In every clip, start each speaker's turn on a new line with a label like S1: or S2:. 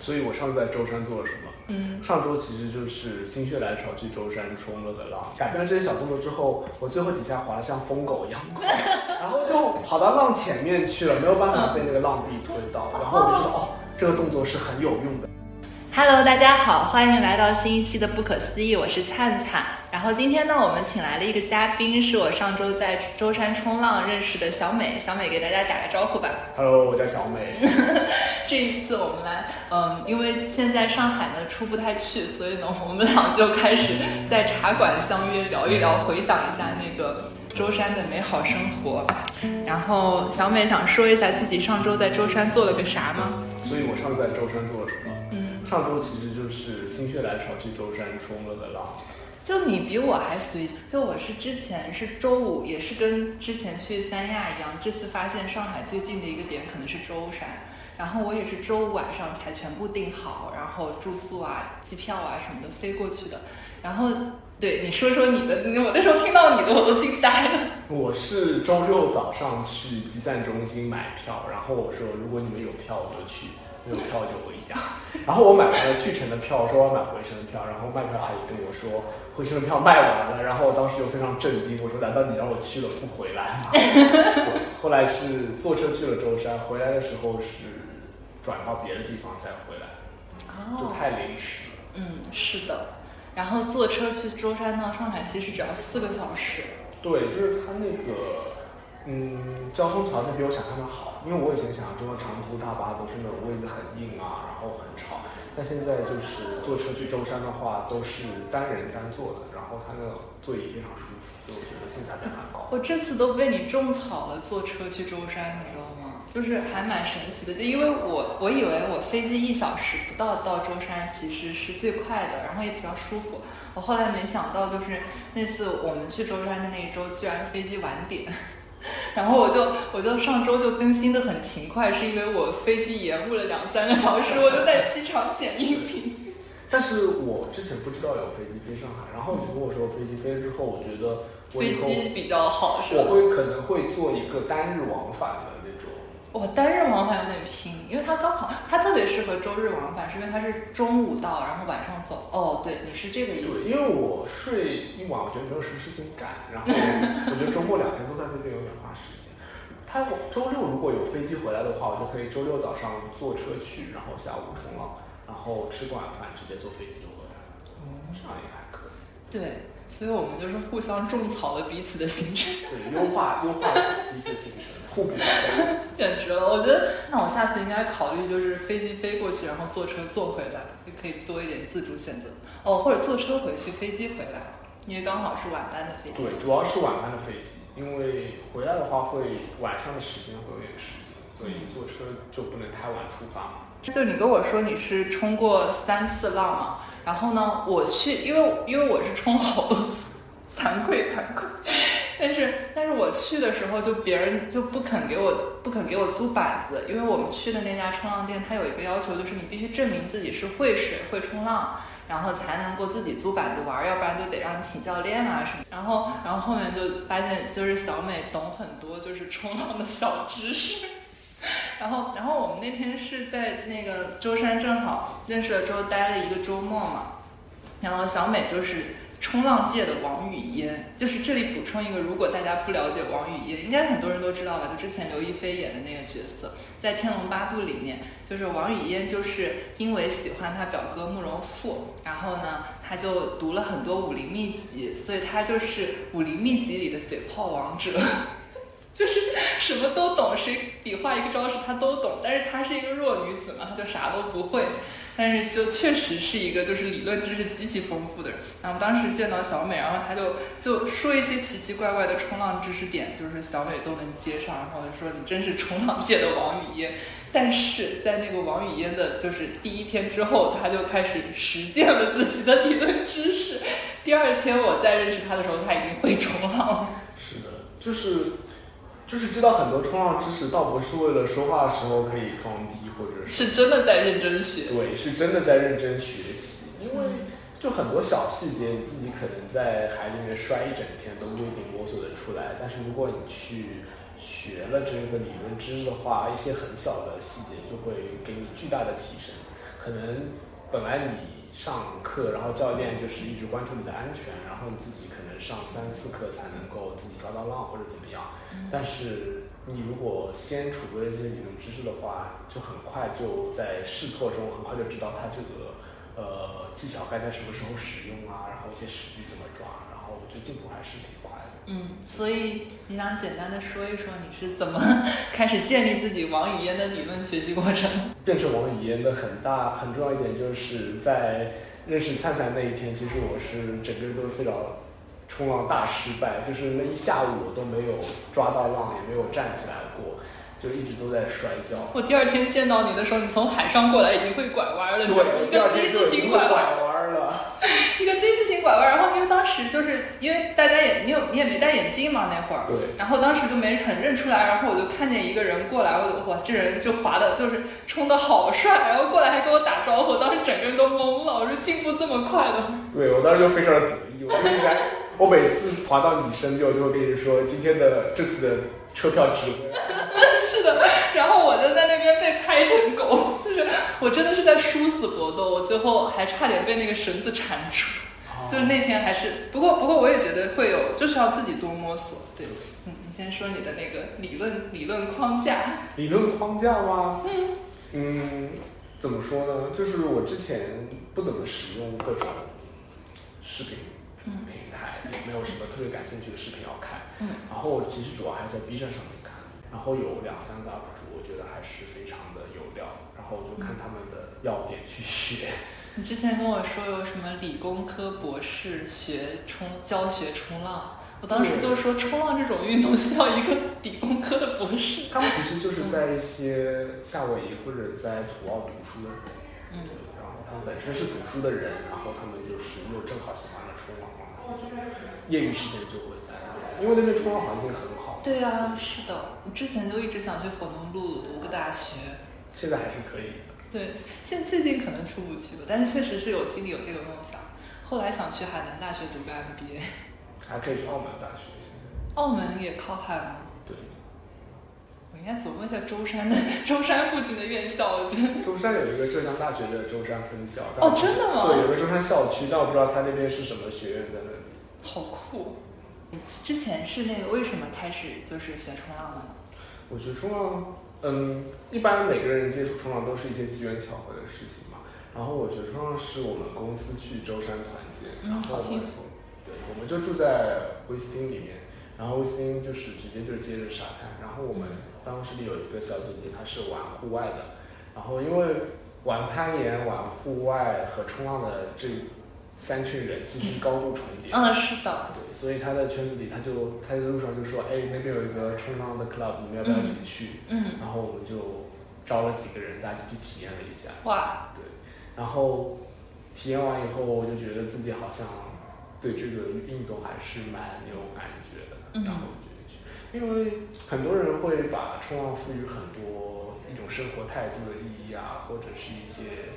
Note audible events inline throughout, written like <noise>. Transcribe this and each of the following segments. S1: 所以我上次在舟山做了什么？
S2: 嗯，
S1: 上周其实就是心血来潮去舟山冲了个浪，改变了这些小动作之后，我最后几下滑得像疯狗一样快，然后就跑到浪前面去了，没有办法被那个浪壁推倒，然后我就知道哦，这个动作是很有用的。
S2: Hello，大家好，欢迎来到新一期的《不可思议》，我是灿灿。然后今天呢，我们请来了一个嘉宾，是我上周在舟山冲浪认识的小美。小美给大家打个招呼吧。
S1: Hello，我叫小美，
S2: 这一次我们来，嗯，因为现在上海呢出不太去，所以呢，我们俩就开始在茶馆相约聊一聊，回想一下那个舟山的美好生活。然后小美想说一下自己上周在舟山做了个啥吗？
S1: 所以我上次在舟山做了什么？
S2: 嗯，
S1: 上周其实就是心血来潮去舟山冲了个浪，
S2: 就你比我还随，就我是之前是周五，也是跟之前去三亚一样，这次发现上海最近的一个点可能是舟山，然后我也是周五晚上才全部订好，然后住宿啊、机票啊什么的飞过去的。然后对你说说你的，我那时候听到你的我都惊呆了。
S1: 我是周六早上去集散中心买票，然后我说如果你们有票我就去，没有票就回家。 <laughs> 然后我买完了去程的票，我说我要买回程的票，然后卖票阿姨跟我说回程的票卖完了，然后我当时就非常震惊，我说难道你让我去了不回来吗？ <laughs> 后来是坐车去了舟山，回来的时候是转到别的地方再回来，
S2: 哦
S1: 就太临时了。
S2: 嗯，是的。然后坐车去舟山到上海其实只要四个小时。
S1: 对，就是它那个，嗯，交通条件比我想象的好，因为我以前想中的长途大巴都是那种位子很硬啊，然后很吵，但现在就是坐车去舟山的话，都是单人单座的，然后它那个座椅非常舒服，所以我觉得性价比蛮高。
S2: 我这次都被你种草了，坐车去舟山，你知道吗？就是还蛮神奇的，就因为我我以为我飞机一小时不到到舟山其实是最快的，然后也比较舒服。我后来没想到，就是那次我们去舟山的那一周，居然飞机晚点。 <laughs> 然后我就我就上周就更新的很勤快，是因为我飞机延误了两三个小时，我就在机场剪音频。
S1: 但是我之前不知道有飞机飞上海，然后你跟我说飞机飞了之后，我觉得我
S2: 飞
S1: 以后
S2: 机比较好是吧？
S1: 我会可能会做一个单日往返的那种。
S2: 哇，单日往返有点拼，因为它刚好它特别适合周日往返，是因为它是中午到，然后晚上走。哦，对，你是这个意思。
S1: 对，因为我睡一晚，我觉得没有什么事情干，然后我觉得周末两天都在那边有点花时间。他我周六如果有飞机回来的话，我就可以周六早上坐车去，然后下午冲浪，然后吃个晚饭，直接坐飞机回来，
S2: 嗯，
S1: 这样也还可以。
S2: 对，所以我们就是互相种草了彼此的行程， <laughs>
S1: 对，优化优化彼此行程，互补。
S2: 简直了！我觉得，那我下次应该考虑就是飞机飞过去，然后坐车坐回来，就可以多一点自主选择。哦，或者坐车回去，飞机回来，因为刚好是晚班的飞机。
S1: 对，主要是晚班的飞机，因为回来的话会晚上的时间会有点迟滞，所以坐车就不能太晚出发嘛。
S2: 就你跟我说你是冲过三次浪嘛，然后呢，我去，因为因为我是冲好多次，惭愧惭愧，但是但是我去的时候就别人就不肯给我不肯给我租板子，因为我们去的那家冲浪店，它有一个要求就是你必须证明自己是会水会冲浪，然后才能够自己租板子玩，要不然就得让你请教练啊什么。然后然后后面就发现就是小美懂很多就是冲浪的小知识。然后，然后我们那天是在那个舟山，正好认识了之后待了一个周末嘛。然后小美就是冲浪界的王语嫣，就是这里补充一个，如果大家不了解王语嫣，应该很多人都知道吧？就之前刘亦菲演的那个角色，在《天龙八部》里面，就是王语嫣就是因为喜欢她表哥慕容复，然后呢，她就读了很多武林秘籍，所以她就是武林秘籍里的嘴炮王者。 <laughs> 就是 <laughs> 什么都懂，谁比划一个招式他都懂，但是她是一个弱女子嘛，她就啥都不会，但是就确实是一个就是理论知识极其丰富的人。然后当时见到小美，然后她就就说一些奇奇怪怪的冲浪知识点，就是小美都能接上，然后我就说你真是冲浪界的王语嫣。但是在那个王语嫣的就是第一天之后，她就开始实践了自己的理论知识。第二天我再认识她的时候，她已经会冲浪了。
S1: 是的，就是就是知道很多冲浪知识，倒不是为了说话的时候可以装逼，或者是
S2: 是真的在认真学。
S1: 对，是真的在认真学习，因为就很多小细节，你自己可能在海里面摔一整天都不一定摸索得出来，但是如果你去学了这个理论知识的话，一些很小的细节就会给你巨大的提升。可能本来你上课，然后教练就是一直关注你的安全，然后你自己可能上三次课才能够自己抓到浪或者怎么样。但是你如果先储备了这些理论知识的话，就很快就在试错中，很快就知道它这个呃技巧该在什么时候使用啊，然后一些时机怎么抓，然后我觉得进步还是挺快的。
S2: 嗯，所以你想简单的说一说你是怎么 <laughs> 开始建立自己王语嫣的理论学习过程？ <laughs>
S1: 变成王语嫣的很大很重要一点，就是在认识灿灿那一天，其实我是整个人都是非常冲浪大失败，就是那一下午我都没有抓到浪，也没有站起来过，就一直都在摔跤。
S2: 我第二天见到你的时候，你从海上过来已经会拐弯了，你知道吗
S1: 对，
S2: 一
S1: 第
S2: 个
S1: 二
S2: Z
S1: 天就
S2: 字
S1: 已
S2: 形
S1: 经会
S2: 拐弯，
S1: 拐弯了。
S2: 一个 Z 字形拐弯。然后因为当时就是因为大家也你有你也没戴眼镜嘛那会儿，
S1: 对，
S2: 然后当时就没很认出来，然后我就看见一个人过来，我就哇，这人就滑的，就是冲的好帅，然后过来还跟我打招呼，当时整个人都懵了，我说进步这么快的吗，
S1: 对我当时就非常的得意，我就应该，我每次滑到你身边，我就会跟你说今天的这次的车票值。
S2: <laughs> 是的，然后我就在那边被拍成狗，就是我真的是在殊死搏斗，我最后还差点被那个绳子缠住，
S1: 哦
S2: 就是那天还是，不过不过我也觉得会有，就是要自己多摸索，对，嗯，你先说你的那个理论理论框架，
S1: 理论框架吗？嗯怎么说呢？就是我之前不怎么使用各种视频
S2: 嗯
S1: 平台，也没有什么特别感兴趣的视频要看。
S2: 嗯
S1: 然后其实主要还是在 B 站上面看，然后有两三个 UP 主，我觉得还是非常的有料，然后我就看他们的要点去
S2: <laughs>
S1: 学。
S2: 你之前跟我说有什么理工科博士学冲教学冲浪，我当时就说冲浪这种运动需要一个理工科的博士。
S1: 他们其实就是在一些夏威夷或者在土澳读书的人，
S2: 嗯
S1: 然后他们本身是读书的人，然后他们就是又正好喜欢了冲浪，然后就业余时间就会在那边，因为那边冲浪环境很好，
S2: 对啊，是的，我之前就一直想去火龙路读个大学，
S1: 现在还是可以的。
S2: 对，现最近可能出不去吧，但是确实是有心里有这个梦想。后来想去海南大学读个 MBA，
S1: 还可以去澳门大学，现在
S2: 澳门也靠海吗？
S1: 对，
S2: 我应该琢磨一下舟山的舟山附近的院校，我觉得
S1: 舟山有一个浙江大学的舟山分校，但我
S2: 哦
S1: 不知
S2: 真的吗
S1: 对，有个舟山校区，但我不知道它那边是什么学院在那里。
S2: 好酷。你之前是那个为什么开始就是学冲浪的呢？
S1: 我觉得冲浪，嗯，一般每个人接触冲浪都是一些机缘巧合的事情嘛。然后我觉得冲浪是我们公司去舟山团建，
S2: 嗯
S1: 然后
S2: 好
S1: 我
S2: 幸
S1: 们
S2: 福
S1: 对，我们就住在威斯汀里面，然后威斯汀就是直接就是接着沙滩，然后我们办公室里有一个小姐姐，她是玩户外的，然后因为玩攀岩、玩户外和冲浪的这三群人其实高度重叠，
S2: 嗯，是的，
S1: 啊对，所以他在圈子里，他就他在路上就说，哎，那边有一个冲浪的 club，你们要不要一起去？
S2: 嗯，
S1: 然后我们就招了几个人，大家就去体验了一下。
S2: 哇，
S1: 对，然后体验完以后，我就觉得自己好像对这个运动还是蛮有感觉的，
S2: 嗯
S1: 然后我就去。因为很多人会把冲浪赋予很多一种生活态度的意义啊，或者是一些，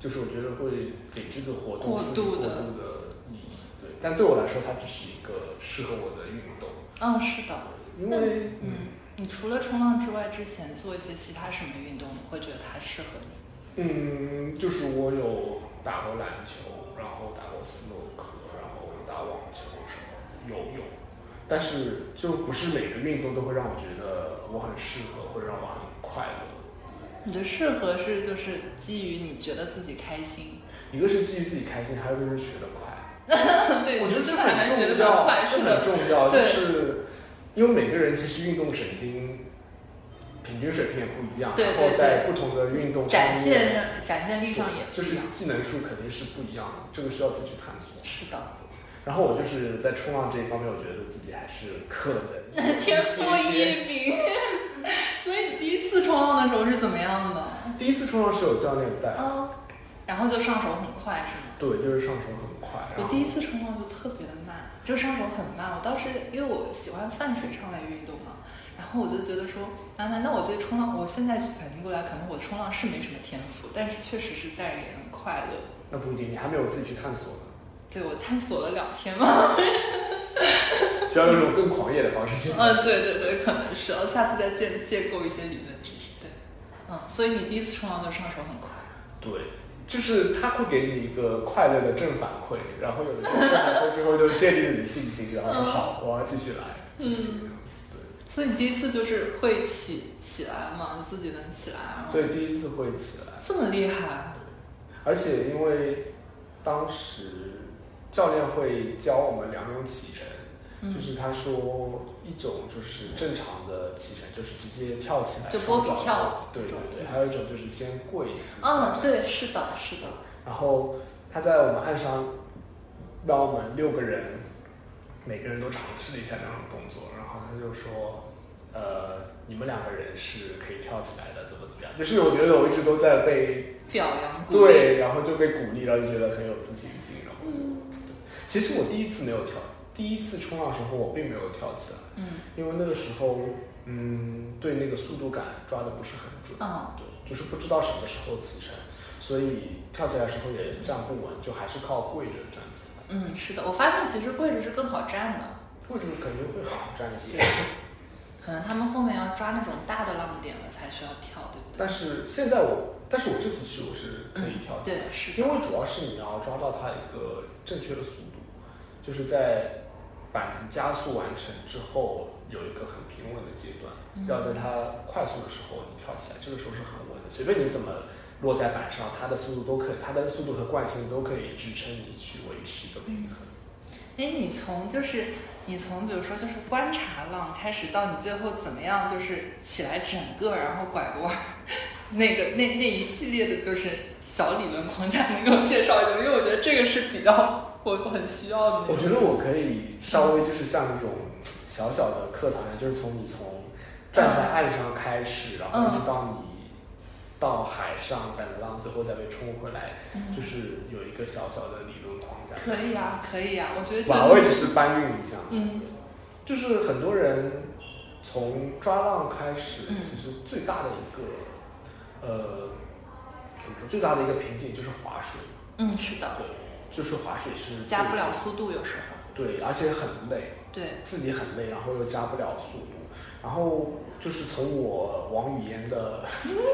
S1: 就是我觉得会给这个活动
S2: 过
S1: 赋予
S2: 度
S1: 过度
S2: 的
S1: 的意义。对，但对我来说，它只是一个适合我的运动，
S2: 嗯，是的，
S1: 因为
S2: 嗯，你除了冲浪之外，之前做一些其他什么运动，你会觉得它适合你？
S1: 嗯，就是我有打过篮球，然后打过斯诺克，然后打网球什么游泳，但是就不是每个运动都会让我觉得我很适合，或者让我很快乐。
S2: 你的适合是就是基于你觉得自己开心，
S1: 一个是基于自己开心，还有一个是学得快。
S2: 对，
S1: 我觉得这
S2: 这还
S1: 很
S2: 能学
S1: 重
S2: 得蛮
S1: 要，
S2: 快，
S1: 这
S2: 是
S1: 很
S2: 的，
S1: 重要，就
S2: 对
S1: 是因为每个人其实运动神经平均水平也不一样，
S2: 对
S1: 然
S2: 对
S1: 后在不同的运动
S2: 展
S1: 方
S2: 现
S1: 面
S2: 让展现力上也不
S1: 就
S2: 一
S1: 是
S2: 样，
S1: 技能数肯定是不一样的，这个需要自己去探索。
S2: 是 <laughs> 的，
S1: 然后我就是在冲浪这一方面，我觉得自己还是可能有
S2: <laughs> 天赋
S1: 些。
S2: 异禀。 <laughs> 所以你第一次冲浪的时候是怎么样的？
S1: 第一次冲浪是有教练带，
S2: 嗯，然后就上手很快，是吗？
S1: 对，就是上手很快。然
S2: 我
S1: 后
S2: 第一次冲浪就特别的慢，就上手很慢。我当时因为我喜欢泛水上来运动嘛，然后我就觉得说，啊，难道我对冲浪？我现在反应过来，可能我冲浪是没什么天赋，但是确实是带着给人快乐。
S1: 那不一定，你还没有自己去探索呢，
S2: 对我探索了两天嘛，
S1: 需要用一种更狂野的方式去。
S2: 嗯，对对对，可能是，哦我下次再建建构一些理论知识。对，嗯，所以你第一次冲浪就上手很快，
S1: 对，就是他会给你一个快乐的正反馈，然后有了这个正反馈之后，就建立了你信心，然后说好，我要继续来。
S2: 嗯，所以你第一次就是会起起来嘛，你自己能起来吗？
S1: 对，第一次会起来，
S2: 这么厉害，啊
S1: 而且因为当时教练会教我们两种起程，
S2: 嗯
S1: 就是他说一种就是正常的起程，就是直接跳起来，
S2: 就波比
S1: 双脚
S2: 跳
S1: 对对对，还有一种就是先跪一次，
S2: 嗯，对，是的，是的，
S1: 然后他在我们岸上，让我们六个人，每个人都尝试了一下两种动作，然后他就说，呃，你们两个人是可以跳起来的，怎么怎么样？就是我觉得我一直都在被
S2: 表扬鼓励，
S1: 对，然后就被鼓励，然后就觉得很有自信心，然后对其实我第一次没有跳，第一次冲浪的时候我并没有跳起来，
S2: 嗯
S1: 因为那个时候，嗯，对那个速度感抓的不是很准。
S2: 嗯
S1: 对，就是不知道什么时候起身，所以跳起来的时候也站不稳，就还是靠跪着站起来。
S2: 嗯，是的，我发现其实跪着是更好站的，
S1: 跪着肯定会好站一些，
S2: 可能他们后面要抓那种大的浪点了才需要跳，对不对？
S1: 但是现在我，但是我这次去我是可以跳起来，
S2: 对，是的，
S1: 因为主要是你要抓到它一个正确的速度，就是在板子加速完成之后有一个很平稳的阶段，要在它快速的时候你跳起来，这个时候是很稳的，随便你怎么。落在板上，它的速度都可以，它的速度和惯性都可以支撑你去维持一个平衡。
S2: 哎，你从就是你从比如说就是观察浪开始，到你最后怎么样就是起来整个，然后拐个弯儿，那个那那一系列的就是小理论框架，能给我介绍一下吗？因为我觉得这个是比较我我很需要的那
S1: 我觉
S2: 种。
S1: 得我可以稍微就是像那种小小的课堂一样，就是从你从站在岸上开始，然后一直到你到海上等浪，最后再被冲回来，
S2: 嗯
S1: 就是有一个小小的理论框架。
S2: 可以啊，可以啊，我觉得这
S1: 吧，
S2: 个
S1: 我也只是搬运一下。
S2: 嗯，
S1: 就是很多人从抓浪开始，
S2: 嗯
S1: 其实最大的一个呃，怎么说最大的一个瓶颈就是划水。
S2: 嗯是的，
S1: 对，就是划水是
S2: 加不
S1: 最
S2: 了速度有时候。
S1: 对，而且很累。
S2: 对，
S1: 自己很累，然后又加不了速度，然后就是从我王语嫣的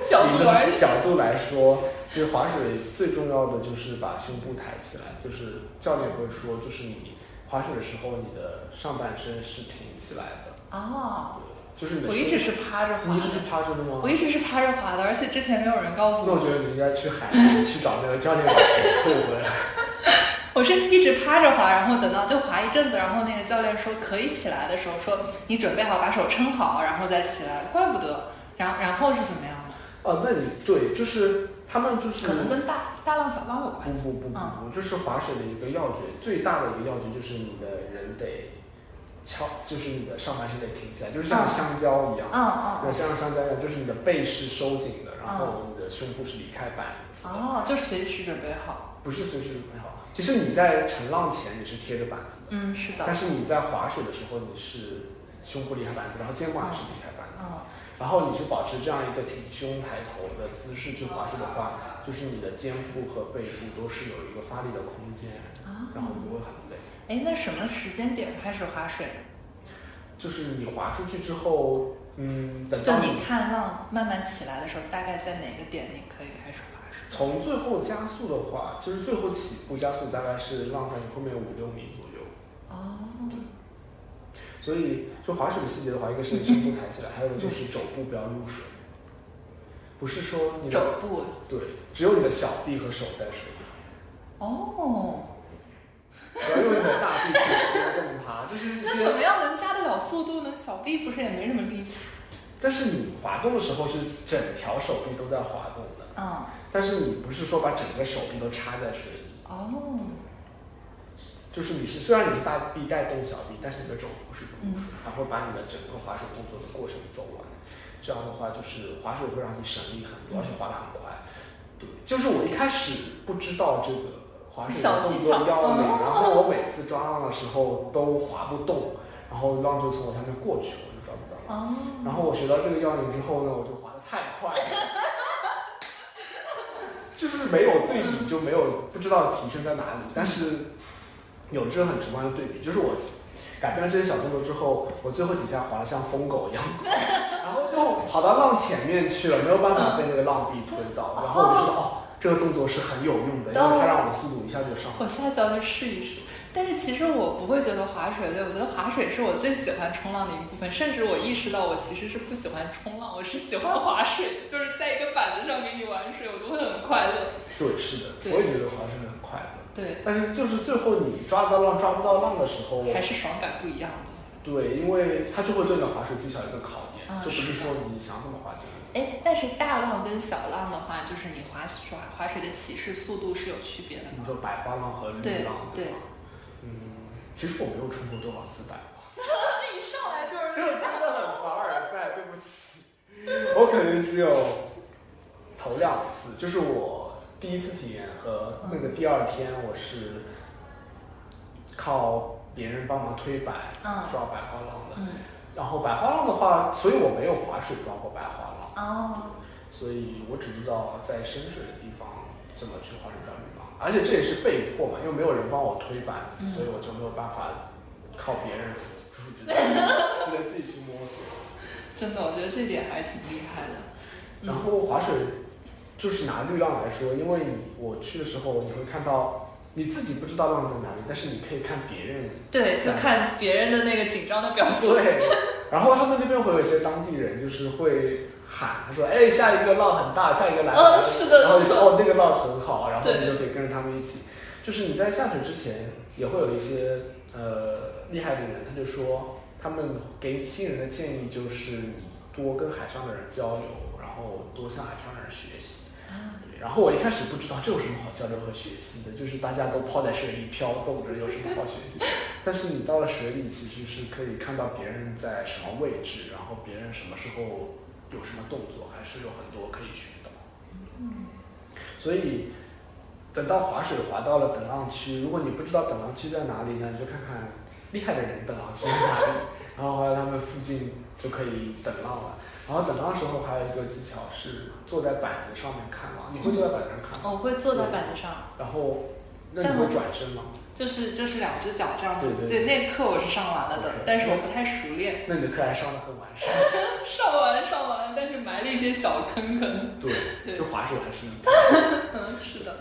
S2: 角
S1: 理
S2: 度
S1: 论
S2: 而言，
S1: 角度来说，就是划水最重要的就是把胸部抬起来，就是教练会说，就是你划水的时候，你的上半身是挺起来的，
S2: 啊，
S1: 就是你的
S2: 我一
S1: 胸
S2: 直是趴着滑
S1: 你一直是
S2: 的，
S1: 趴着的吗
S2: 我？一直是趴着滑的，而且之前没有人告诉
S1: 那我
S2: 我，
S1: 觉得你应该去海南去找那个教练把手扣回来。
S2: 我是一直趴着滑，然后等到就滑一阵子，然后那个教练说可以起来的时候，说你准备好把手撑好，然后再起来，怪不得。然然后是怎么样的？
S1: 哦，那你对，就是他们就是
S2: 可能嗯跟大大浪小浪有
S1: 不
S2: 关系。
S1: 不不不不，就是划水的一个要诀，最大的一个要诀就是你的人得翘，就是你的上半身得挺起来，就是像
S2: 嗯
S1: 香蕉一样，
S2: 嗯
S1: 对，
S2: 嗯。
S1: 像香蕉一样，就是你的背是收紧的，然后你的胸部是离开板子的，
S2: 哦，就随时准备好。
S1: 不是随时很好。啊其实你在乘浪前你是贴着板子的，
S2: 嗯，是的
S1: 但。是你在划水的时候你是胸部离开板子，然后肩膀是离开板子的。
S2: 嗯
S1: 然后你是保持这样一个挺胸抬头的姿势去划水的话，就是你的肩部和背部都是有一个发力的空间，
S2: 啊。
S1: 然后不会很累。
S2: 哎，那什么时间点开始划水？
S1: 就是你划出去之后，嗯，等
S2: 就
S1: 到
S2: 你
S1: 你
S2: 看浪慢慢起来的时候，大概在哪个点你可以开始划水？
S1: 从最后加速的话，就是最后起步加速大概是浪在你后面五六米左右。
S2: 哦。
S1: 所以就划水的细节的话，一个是胸部抬起来，还有就是肘部不要入水，不是说你的
S2: 哦肘部。
S1: 对，只有你的小臂和手在水里。
S2: 哦。
S1: 不要用你的大臂去推动它，就是一
S2: 那
S1: 些
S2: 怎么样能加得了速度呢？小臂不是也没什么力气。
S1: 但是你滑动的时候是整条手臂都在滑动的，
S2: 嗯。
S1: 但是你不是说把整个手臂都插在水里，
S2: 哦，
S1: 就是你是虽然你是大臂带动小臂，但是你的肘部是不入
S2: 嗯
S1: 水，它会把你的整个滑水动作的过程走完。这样的话，就是滑水会让你省力很多，而且滑得很快。对，就是我一开始不知道这个滑水的动作
S2: 小技巧
S1: 要领，
S2: 嗯
S1: 然后我每次抓浪的时候都滑不动，然后浪就从我下面过去，我就抓不到浪。
S2: 哦，
S1: 然后我学到这个要领之后呢，我就滑得太快了，就是没有对比就没有不知道提升在哪里，但是有这很直观的对比，就是我改变了这些小动作之后，我最后几下滑得像疯狗一样，然后就跑到浪前面去了，没有办法被那个浪壁推到，然后我就知道哦，这个动作是很有用的，因
S2: 哦
S1: 为它让我们速度一下就上来。
S2: 我下次要去试一试。但是其实我不会觉得滑水累，我觉得滑水是我最喜欢冲浪的一部分，甚至我意识到我其实是不喜欢冲浪，我是喜欢滑水，就是在一个板子上给你玩水，我就会很快乐。
S1: 对，是的，
S2: 对
S1: 我也觉得滑是很快乐。
S2: 对，
S1: 但是就是最后你抓得到浪抓不到浪的时候，
S2: 还是爽感不一样的。
S1: 对，因为它就会对你的滑水技巧有一个考验，
S2: 啊
S1: 就不
S2: 是
S1: 是
S2: 的
S1: 说你想怎么滑就怎么滑。
S2: 哎，但是大浪跟小浪的话，就是你滑水滑水的起势速度是有区别的
S1: 你
S2: 吗？
S1: 说白花浪和绿
S2: 对
S1: 浪，
S2: 对
S1: 吧？嗯，其实我没有冲过多少次白花，
S2: 那一上来就是
S1: 这真的很凡尔赛，对不起，我可能只有头两次，就是我第一次体验和那个第二天，我是靠别人帮忙推板
S2: 嗯
S1: 抓白花浪的。
S2: 嗯
S1: 然后白花浪的话，所以我没有划水抓过白花浪，
S2: 哦，
S1: 所以我只知道在深水的地方怎么去划水抓绿浪，而且这也是被迫嘛，因为没有人帮我推板子，
S2: 嗯
S1: 所以我就没有办法靠别人，就是只能
S2: <laughs>
S1: 只能自己去摸索。
S2: 真的，我觉得这点还挺厉害的。嗯
S1: 然后划水就是拿绿浪来说，因为你我去的时候，你会看到你自己不知道浪在哪里，但是你可以看别
S2: <laughs>
S1: 人
S2: 对，就看别人的那个紧张的表情。
S1: 对，然后他们那边会有一些当地人，就是会喊，他说：“哎，下一个浪很大，下一个来。
S2: 嗯是的
S1: 然后你
S2: 是
S1: 说：“
S2: 的
S1: 哦，那个浪很好。”然后
S2: 对
S1: 你就可以跟着他们一起。就是你在下水之前，也会有一些呃厉害的人，他就说他们给新人的建议就是你多跟海上的人交流，然后多向海上的人学习。对然后我一开始不知道这有什么好交流和学习的，就是大家都泡在水里飘动着，有什么好学习？ <laughs> 但是你到了水里，其实是可以看到别人在什么位置，然后别人什么时候有什么动作，还是有很多可以学到。所以等到划水划到了等浪区，如果你不知道等浪区在哪里呢，你就看看厉害的人等浪区在哪里，然后还有他们附近就可以等浪了。然后等浪时候还有一个技巧是坐在板子上面看浪，你会坐在板子上看吗？
S2: 哦我会坐在板子上，
S1: 然后那你会转身吗？
S2: 就是就是两只脚这样子。
S1: 对对对
S2: 那课我是上完了的
S1: OK
S2: 但是我不太熟练。
S1: 那你的课还上的很完善。
S2: 上完上完，但是埋了一些小坑，可能。
S1: 对，
S2: 对
S1: 就滑手还是一个。
S2: 嗯，是的。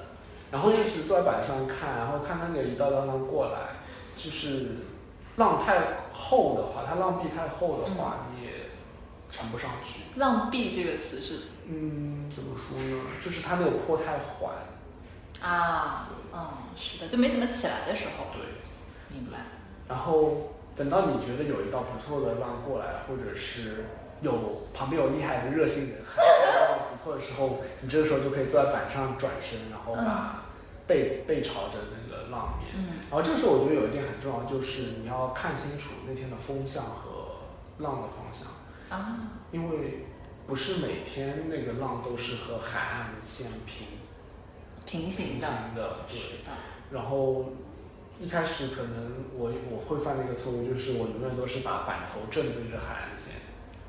S1: 然后就是坐在板上看，然后看它那个一道道浪过来，就是浪太厚的话，它浪壁太厚的话，你也沉不上去。
S2: 浪壁这个词是
S1: 嗯，怎么说呢？就是它那个坡太缓。
S2: 啊，嗯，是的，就没怎么起来的时候。
S1: 对。
S2: 明白。
S1: 然后等到你觉得有一道不错的浪过来，或者是有旁边有厉害的热心人喊这道浪不错的时候，你这个时候就可以坐在板上转身，然后把背、背朝着那个浪面。
S2: 嗯
S1: 然后这个时候我觉得有一点很重要，就是你要看清楚那天的风向和浪的方向，
S2: 啊，
S1: 因为不是每天那个浪都是和海岸线平
S2: 平
S1: 平
S2: 行的。
S1: 行的，
S2: 是
S1: 对。
S2: 的。
S1: 然后一开始可能我我会犯的一个错误就是我永远都是把板头正对着海岸线，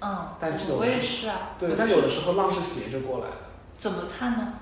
S2: 嗯。
S1: 但是有
S2: 我
S1: 的
S2: 也
S1: 是
S2: 是啊。
S1: 对
S2: 我，
S1: 但
S2: 就
S1: 有
S2: 是
S1: 的时候浪是斜着过来的，
S2: 怎么看呢？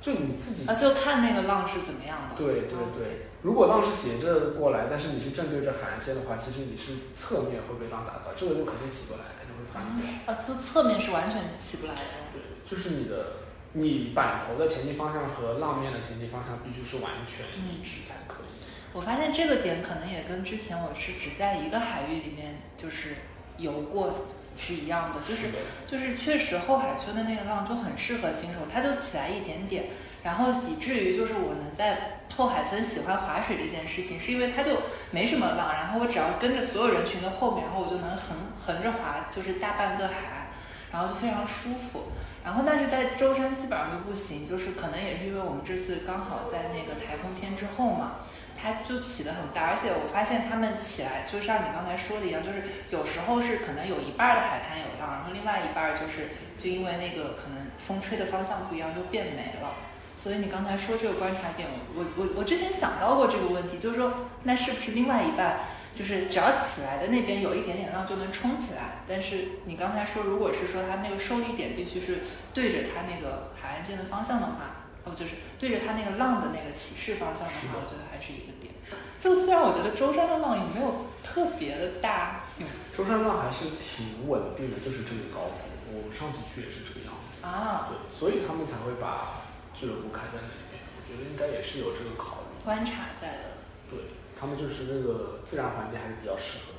S1: 就你自己
S2: 啊，就看那个浪是怎么样的。
S1: 嗯对对
S2: 嗯
S1: 对，如果浪是斜着过来，但是你是正对着海岸线的话，其实你是侧面会被浪打到，这个就肯定起不来，肯定会翻掉。
S2: 啊，就侧面是完全起不来的。
S1: 对，就是你的你板头的前进方向和浪面的前进方向必须是完全一致才可以。
S2: 我发现这个点可能也跟之前我是只在一个海域里面就是游过是一样的，就是
S1: 的，
S2: 就是确实后海村的那个浪就很适合新手，它就起来一点点，然后以至于就是我能在后海村喜欢划水这件事情，是因为它就没什么浪，然后我只要跟着所有人群的后面，然后我就能横横着划，就是大半个海岸，然后就非常舒服。然后但是在舟山基本上就不行，就是可能也是因为我们这次刚好在那个台风天之后嘛。它就起得很大，而且我发现它们起来，就像你刚才说的一样，就是有时候是可能有一半儿的海滩有浪，然后另外一半儿就是就因为那个可能风吹的方向不一样就变没了。所以你刚才说这个观察点，我我我我之前想到过这个问题，就是说那是不是另外一半就是只要起来的那边有一点点浪就能冲起来？但是你刚才说，如果是说它那个受力点必须是对着它那个海岸线的方向的话，哦，就是对着它那个浪的那个起势方向的
S1: 是
S2: 话，
S1: 的
S2: 我觉得还是一个点。就虽然我觉得舟山的浪也没有特别的大，有
S1: 舟山浪还是挺稳定的，就是这个高度。我们上次去也是这个样子，
S2: 啊，
S1: 对，所以他们才会把俱乐部开在那边，我觉得应该也是有这个考虑。
S2: 观察在的。
S1: 对他们就是那个自然环境还是比较适合。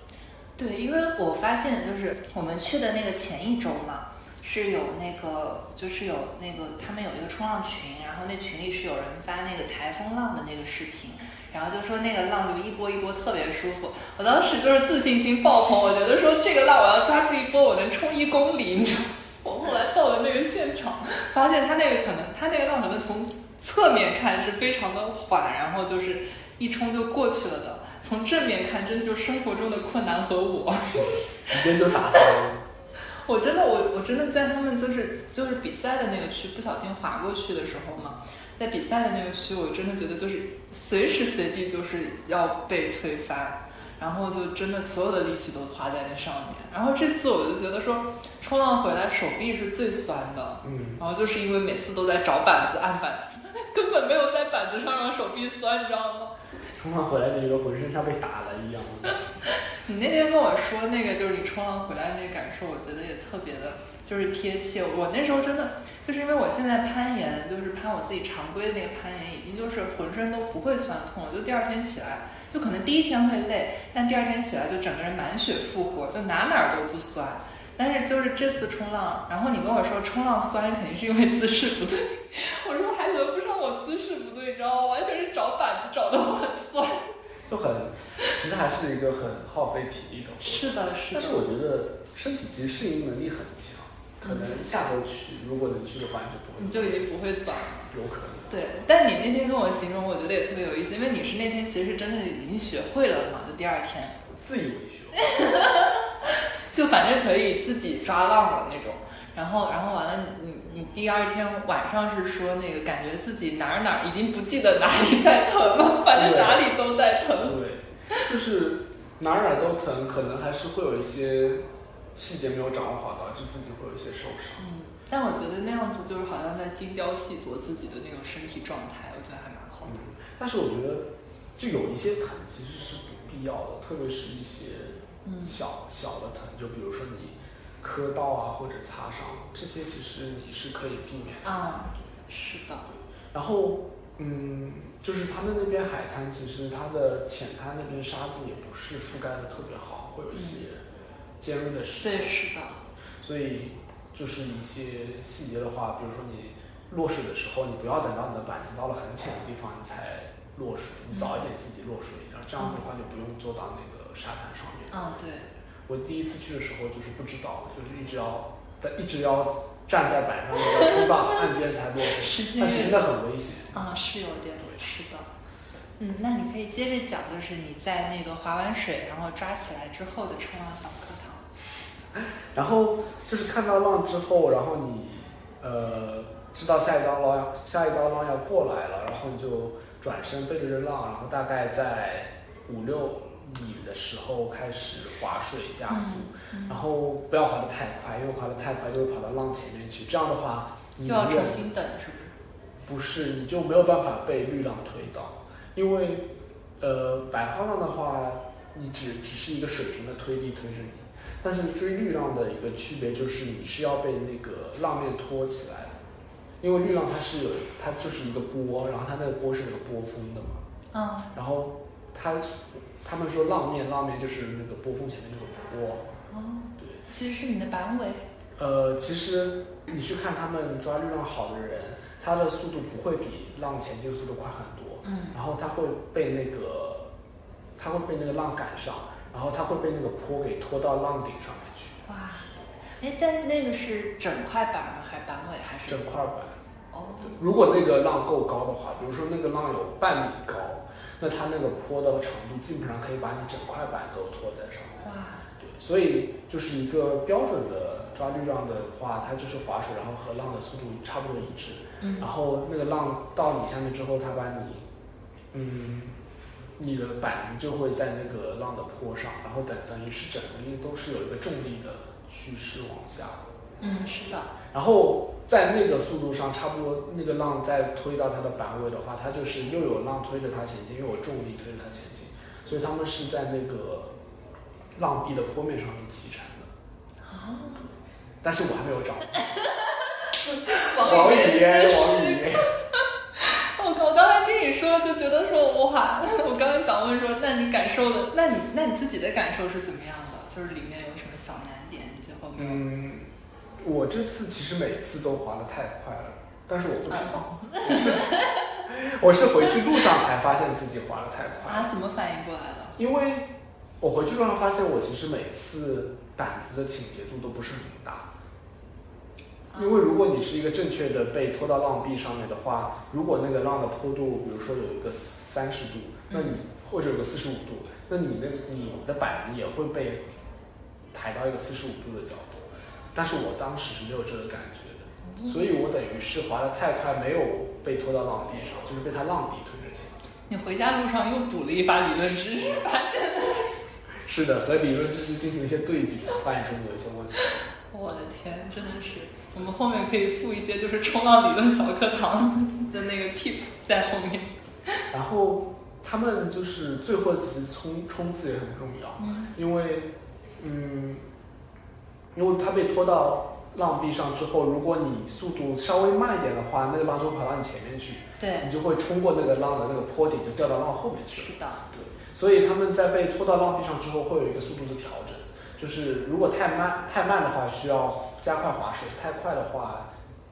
S2: 对，因为我发现就是我们去的那个前一周嘛，是有那个就是有那个他们有一个冲浪群，然后那群里是有人发那个台风浪的那个视频，然后就说那个浪就一波一波特别舒服，我当时就是自信心爆棚，我觉得说这个浪我要抓住一波，我能冲一公里，你知道吗。我后来到了那个现场，发现他那个可能他那个浪可能从侧面看是非常的缓，然后就是一冲就过去了的。从正面看，真的就是生活中的困难和我，
S1: 一边都打翻。
S2: 我真的我我真的在他们就是就是比赛的那个区不小心滑过去的时候嘛，在比赛的那个区，我真的觉得就是随时随地就是要被推翻，然后就真的所有的力气都花在那上面。然后这次我就觉得说冲浪回来手臂是最酸的，
S1: 嗯，
S2: 然后就是因为每次都在找板子按板子， <laughs> 根本没有在板子上让手臂酸，你知道吗？
S1: 冲浪回来的一个浑身像被打了一样。
S2: 你那天跟我说那个就是你冲浪回来那感受，我觉得也特别的，就是贴切。我那时候真的就是因为我现在攀岩，就是攀我自己常规的那个攀岩，已经就是浑身都不会酸痛了。就第二天起来，就可能第一天会累，但第二天起来就整个人满血复活，就哪哪儿都不酸。但是就是这次冲浪，然后你跟我说冲浪酸肯定是因为姿势不对，我说还轮不上我姿势不对，你知道吗？完全是找板子找的我很酸。
S1: 就很，其实还是一个很耗费体力的活动。
S2: 是的，是的
S1: 但是。我觉得身体其实适应能力很强，可能下周去，如果能去的话，你
S2: 你
S1: 就
S2: 就
S1: 不
S2: 已
S1: 会，
S2: 经不会酸了。
S1: 有可能。
S2: 对，但你那天跟我形容，我觉得也特别有意思，因为你是那天其实是真的已经学会了嘛，就第二天
S1: 自以为学，
S2: 就反正可以自己抓浪了那种。然后，然后完了你，你你第二天晚上是说那个感觉自己哪儿哪儿已经不记得哪里在疼了，反正哪里都在疼。
S1: 对，就是哪儿哪儿都疼，可能还是会有一些细节没有掌握好，导致自己会有一些受伤。
S2: 嗯，但我觉得那样子就是好像在精雕细琢自己的那种身体状态，我觉得还蛮好
S1: 嗯
S2: 的。，
S1: 但是我觉得就有一些疼其实是不必要的，特别是一些
S2: 嗯
S1: 小小的疼，就比如说你磕到啊或者擦伤，这些其实你是可以避免的。
S2: 啊，是的，
S1: 然后，嗯，就是他们那边海滩，其实它的浅滩那边沙子也不是覆盖的特别好，会有一些尖锐的石头，
S2: 对，是的，
S1: 所以就是一些细节的话，比如说你落水的时候，你不要等到你的板子到了很浅的地方你才落水，你早一点自己落水，然后这样子的话就不用坐到那个沙滩上面。
S2: 嗯，对，
S1: 我第一次去的时候就是不知道，就是一直要，但一直要站在板上面，要冲 <laughs> 到岸边才落水，
S2: 时间
S1: 但
S2: 也
S1: 其实那很危险。
S2: 啊，是有点，是的。嗯，那你可以接着讲，就是你在那个划完水，然后抓起来之后的冲浪小课堂。
S1: 然后就是看到浪之后，然后你呃知道下一道浪要下一道浪要过来了，然后你就转身背对着浪，然后大概在五六米的时候开始划水加速，
S2: 嗯
S1: 然后不要滑得太快，因为滑得太快就会跑到浪前面去，这样的话你
S2: 嗯又要
S1: 永远
S2: 重新等，是不是？
S1: 不是，你就没有办法被绿浪推倒，因为呃白花浪的话，你只只是一个水平的推力推着你，但是追绿浪的一个区别就是你是要被那个浪面拖起来的，因为绿浪它是有它就是一个波，然后它那个波是有个波峰的嘛，
S2: 嗯
S1: 然后它他们说浪面浪面就是那个波峰前面那个坡，
S2: 哦，
S1: 对，
S2: 其实是你的板尾。
S1: 呃，其实你去看他们抓绿浪好的人，他的速度不会比浪前进的速度快很多，
S2: 嗯
S1: 然后他会被那个，他会被那个浪赶上，然后他会被那个坡给拖到浪顶上面去，
S2: 哇，哎，但是那个是整块板吗？还是板尾？还是
S1: 整？块板。
S2: 哦，
S1: 如果那个浪够高的话，比如说那个浪有半米高，那它那个坡的长度基本上可以把你整块板都拖在上面。
S2: 哇，
S1: 对，所以就是一个标准的抓绿浪的话，它就是划水，然后和浪的速度差不多一致。
S2: 嗯
S1: 然后那个浪到你下面之后，它把你，嗯，你的板子就会在那个浪的坡上，然后等等于是整个力都是有一个重力的趋势往下的，
S2: 嗯，是的，
S1: 然后在那个速度上，差不多那个浪再推到它的板尾的话，它就是又有浪推着它前进，又有重力推着它前进，所以他们是在那个浪壁的坡面上面启程的，
S2: 哦，
S1: 但是我还没有找，
S2: 王
S1: 王
S2: 语
S1: 语
S2: 嫣
S1: 嫣，
S2: 的
S1: 王
S2: 诗
S1: 语嫣，
S2: 说，就觉得说哇，我刚刚想问说，那你感受的，那你那你自己的感受是怎么样的？就是里面有什么小难点？最后没有？
S1: 嗯，我这次其实每次都滑得太快了，但是我不知道， <laughs> 我是回去路上才发现自己滑得太快，
S2: 啊，怎么反应过来的？
S1: 因为我回去路上发现我其实每次胆子的倾斜度都不是很大。
S2: 啊
S1: 因为如果你是一个正确的被拖到浪壁上面的话，如果那个浪的坡度，比如说有一个三十度，那你或者有个四十五度，那你那个你的板子也会被抬到一个四十五度的角度。但是我当时是没有这个感觉的，所以我等于是滑得太快，没有被拖到浪壁上，就是被它浪底推着前。
S2: 你回家路上又补了一发理论知识， <laughs> 发现
S1: 是的，和理论知识进行一些对比，发现中有一些问题。
S2: 我的天，真的是，我们后面可以附一些就是冲浪理论小课堂的那个 tips 在后面。
S1: 然后他们就是最后其实冲冲刺也很重要，
S2: 嗯
S1: 因为，嗯，因为他被拖到浪壁上之后，如果你速度稍微慢一点的话，那个浪就会跑到你前面去，
S2: 对，
S1: 你就会冲过那个浪的那个坡顶，就掉到浪后面去了。
S2: 是的，
S1: 对，所以他们在被拖到浪壁上之后，会有一个速度的调整，就是如果太慢太慢的话，需要加快划水；太快的话，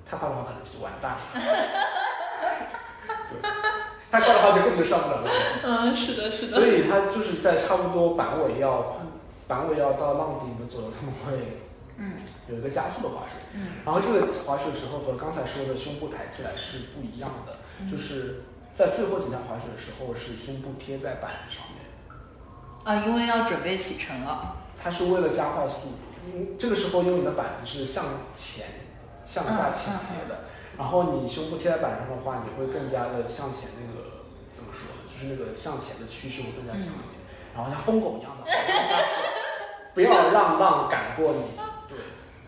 S1: 太快的话可能就完蛋了。
S2: <laughs>
S1: 对，太快的话就根本就上不了浪。
S2: 嗯，是的， <laughs> 是
S1: 所
S2: 的，
S1: 以他就是在差不多板尾要板尾要到浪顶的左右，他们会
S2: 嗯
S1: 有一个加速的划水。
S2: 嗯
S1: 然后这个划水的时候和刚才说的胸部抬起来是不一样的，就是在最后几下划水的时候是胸部贴在板子上面。
S2: 啊，因为要准备启程了。
S1: 它是为了加快速度，因为这个时候因为你的板子是向前、向下倾斜
S2: 嗯
S1: 的，然后你胸部贴在板上的话，你会更加的向前那个怎么说呢？就是那个向前的趋势会更加强一
S2: 嗯
S1: 点，然后像疯狗一样的，
S2: <laughs>
S1: 不要让浪赶过你，对，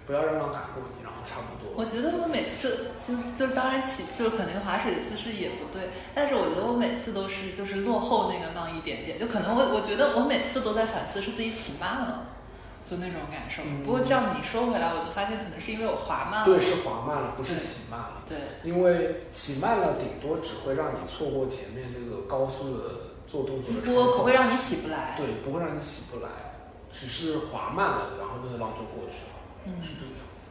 S1: 不要让浪赶过你，然后差不多。
S2: 我觉得我每次就就当然起就可能划水的姿势也不对，但是我觉得我每次都是就是落后那个浪一点点，就可能我我觉得我每次都在反思是自己起慢了，就那种感受。
S1: 嗯
S2: 不过这样你说回来，我就发现可能是因为我滑慢了。
S1: 对，是滑慢了，不是起慢了，
S2: 对
S1: 因为起慢了顶多只会让你错过前面那个高速的做动作
S2: 一
S1: 的
S2: 波
S1: 窗
S2: 不
S1: 口
S2: 嗯会让你起不来。
S1: 对，不会让你起不来，只是滑慢了，然后那个浪就过去了，
S2: 嗯
S1: 是这个样子。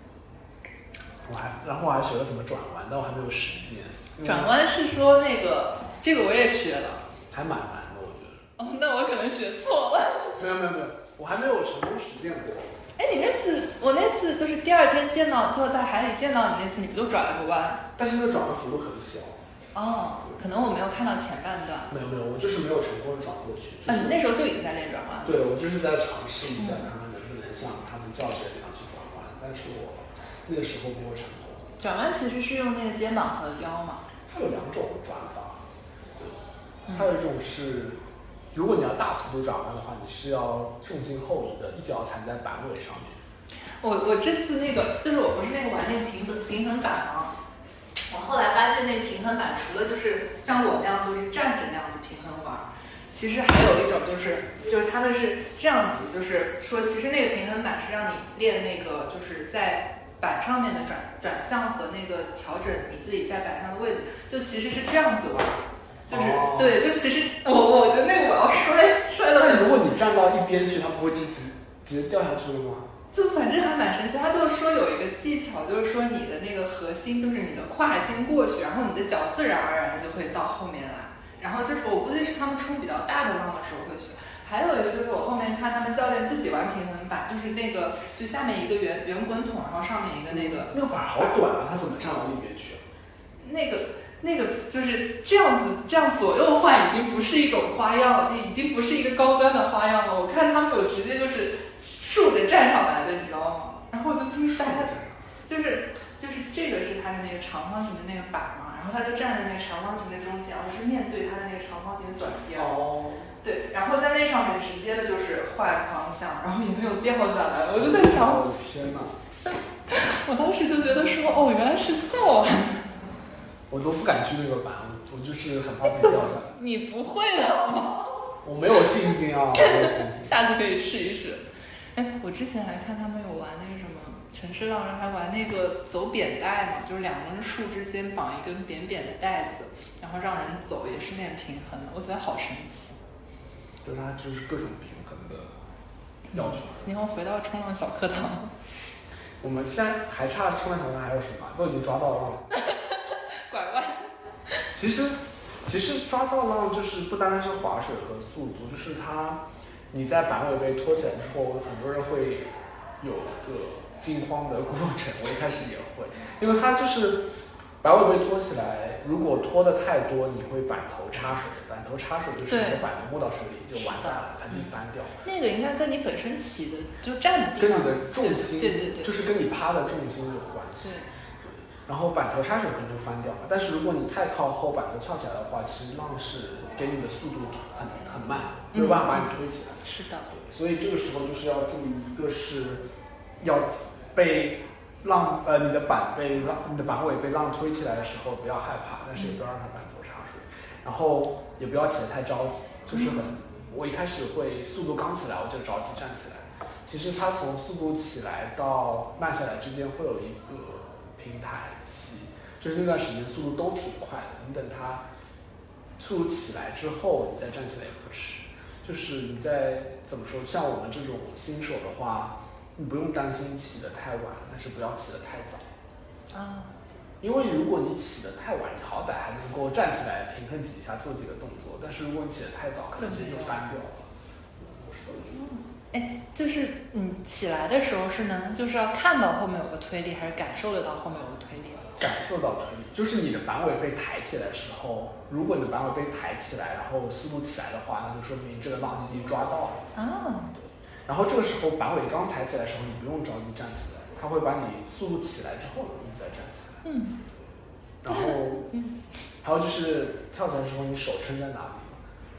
S1: 我还，然后我还学了怎么转弯，但我还没有实践，因为
S2: 转弯是说那个，这个我也学了。
S1: 还蛮难的，我觉得。
S2: 哦，那我可能学错了。 <laughs>
S1: 没有没有没有，我还没有成功实践过。
S2: 哎，你那次，我那次就是第二天见到，就在海里见到你那次，你不就转了个弯？
S1: 但是那个转弯幅度很小，
S2: 哦，可能我没有看到前半段。
S1: 没有没有，我就是没有成功转过去。就
S2: 啊，你
S1: 是、
S2: 那时候就已经在练转弯了。
S1: 对我就是在尝试一下，看看能不能像他们教学那样去转弯，但是我那个时候没有成功。
S2: 转弯其实是用那个肩膀和腰嘛。
S1: 它有两种转法，对，
S2: 嗯
S1: 还有一种是，如果你要大幅度转弯的话，你是要重心后移的，一脚踩在板尾上面。
S2: 我我这次那个就是我不是那个玩那个平衡平衡板吗？我后来发现那个平衡板除了就是像我那样就是站着那样子平衡玩儿，其实还有一种就是就是他们是这样子，就是说其实那个平衡板是让你练那个就是在板上面的转转向和那个调整你自己在板上的位置，就其实是这样子玩儿，就是、
S1: 哦
S2: 对，就其实我我觉得那个我要摔摔到
S1: 但如果你站到一边去，它不会直直直接掉下去了吗？
S2: 就反正还蛮神奇，他就是说有一个技巧，就是说你的那个核心就是你的胯先过去，然后你的脚自然而然就会到后面来。然后这是我估计是他们冲比较大的浪的时候会学。还有一个就是我后面看他们教练自己玩平衡板，就是那个就下面一个圆圆滚筒，然后上面一个那个
S1: 那个板好短啊，它怎么站到那边去啊？
S2: 那个那个就是这样子，这样左右换已经不是一种花样了，已经不是一个高端的花样了。我看他们有直接就是竖着站上来的，你知道吗？然后我就惊呆了。就是就是这个是它的那个长方形的那个板嘛，然后他就站在那个长方形的中间，然后是面对它的那个长方形的短边，
S1: 哦，
S2: 对，然后在那上面直接的就是换方向，然后也没有掉下来。我就在想，
S1: 我的天哪，
S2: 我当时就觉得说，哦，原来是这样啊，
S1: 我都不敢去那个板，我我就是很怕自己掉下来，
S2: 你不会的好吗？ <laughs>
S1: 我没有信心啊，我没有信心。
S2: 下次可以试一试。哎，我之前还看他们有玩那个什么《城市浪人》，还玩那个走扁带嘛，就是两根树之间绑一根扁扁的带子，然后让人走，也是练平衡的。我觉得好神奇。
S1: 就是它就是各种平衡的要求。
S2: 你要回到冲浪小课堂，
S1: 我们现在还差冲浪小课堂还有什么？都已经抓到浪了。
S2: <laughs> 拐弯。
S1: 其实，其实抓到浪就是不单单是划水和速度，就是它你在板尾被拖起来之后，很多人会有个惊慌的过程。我一开始也会，因为它就是板尾被拖起来，如果拖的太多，你会板头插水，板头插水就是
S2: 对
S1: 你的板头没到水里就完蛋了，把
S2: 是的
S1: 你翻掉。
S2: 那个应该跟你本身起的就站的地
S1: 跟
S2: 方
S1: 你的重心，
S2: 对对对对
S1: 就是跟你趴的重心有关系。然后板头插水可能就翻掉了，但是如果你太靠后，板头翘起来的话，其实浪是给你的速度很很慢，
S2: 嗯
S1: 没有办法把你推起来。
S2: 是的，
S1: 所以这个时候就是要注意，一个是要被浪呃你的板被浪你的板尾被浪推起来的时候不要害怕，但是也不要让它板头插水，然后也不要起得太着急，就是很、我一开始会速度刚起来我就着急站起来，其实它从速度起来到慢下来之间会有一个平台期，就是那段时间速度都挺快的，你等它速度起来之后你再站起来也不迟。就是你在怎么说，像我们这种新手的话，你不用担心起得太晚，但是不要起得太早，
S2: 啊，
S1: 因为如果你起得太晚，你好歹还能够站起来平衡几下，做几个动作，但是如果你起得太早，可能直接就翻掉了。我是这么觉得
S2: 哎，就是你起来的时候是能，就是要看到后面有个推力，还是感受得到后面有个推力？
S1: 感受到推力，就是你的板尾被抬起来的时候，如果你的板尾被抬起来，然后速度起来的话，那就说明这个浪已经抓到了。
S2: 啊，
S1: 然后这个时候板尾刚抬起来的时候，你不用着急站起来，它会把你速度起来之后，你再站起来。
S2: 嗯，
S1: 然
S2: <laughs>
S1: 后，还有就是跳起来的时候，你手撑在哪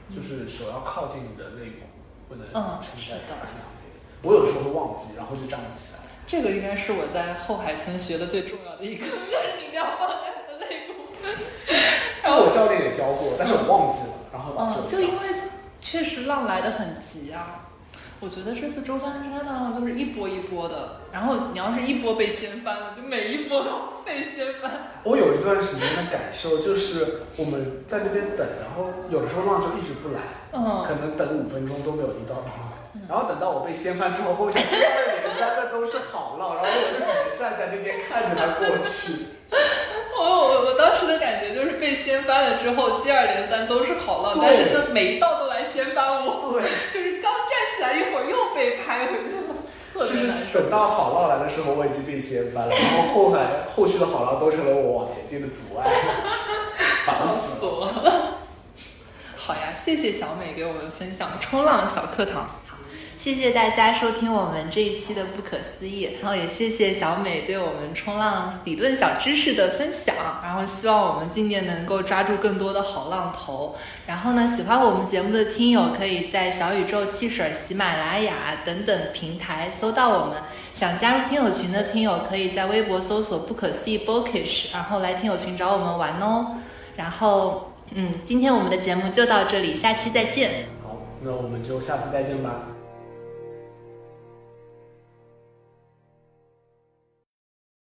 S1: 里？就是手要靠近你的肋骨，不能
S2: 嗯
S1: 撑
S2: 是
S1: 在
S2: 的
S1: 哪里。我有时候会忘记，然后就站不起来。
S2: 这个应该是我在后海村学的最重要的一 <laughs> 课，就是你一定要放在你的肋骨。
S1: 这个我教练也教过，但是我忘记了，然后把手
S2: 嗯，就因为确实浪来的很急啊。我觉得这次周三山的浪就是一波一波的，然后你要是一波被掀翻了，就每一波都被掀翻。
S1: 我有一段时间的感受就是，我们在那边等，然后有的时候浪就一直不来，
S2: 嗯
S1: 可能等五分钟都没有一道浪来，然后等到我被掀翻之后，后面 <laughs> 接二连三的都是好浪，然后我就只能站在那边看着它过去。
S2: <laughs>
S1: <laughs>
S2: 我我我当时的感觉就是被掀翻了之后，接二连三都是好浪，
S1: 对
S2: 但是就每一道都来掀翻我，
S1: 对。
S2: 就是刚站起来一会儿又被拍回去了，特
S1: 就
S2: 别
S1: 是
S2: 难受。
S1: 等到好浪来的时候，我已经被掀翻了，然后后来后续的好浪都成了我往前进的阻碍， <laughs> 烦死了。
S2: 作。
S3: <laughs>
S2: 好呀，谢谢小美给我们分享冲浪小课堂。
S3: 谢谢大家收听我们这一期的不可思议，然后也谢谢小美对我们冲浪理论小知识的分享，然后希望我们今年能够抓住更多的好浪头。然后呢，喜欢我们节目的听友可以在小宇宙、汽水、喜马拉雅等等平台搜到我们。想加入听友群的听友可以在微博搜索“不可思议 bookish”，然后来听友群找我们玩哦。然后，嗯，今天我们的节目就到这里，下期再见。
S1: 好，那我们就下次再见吧。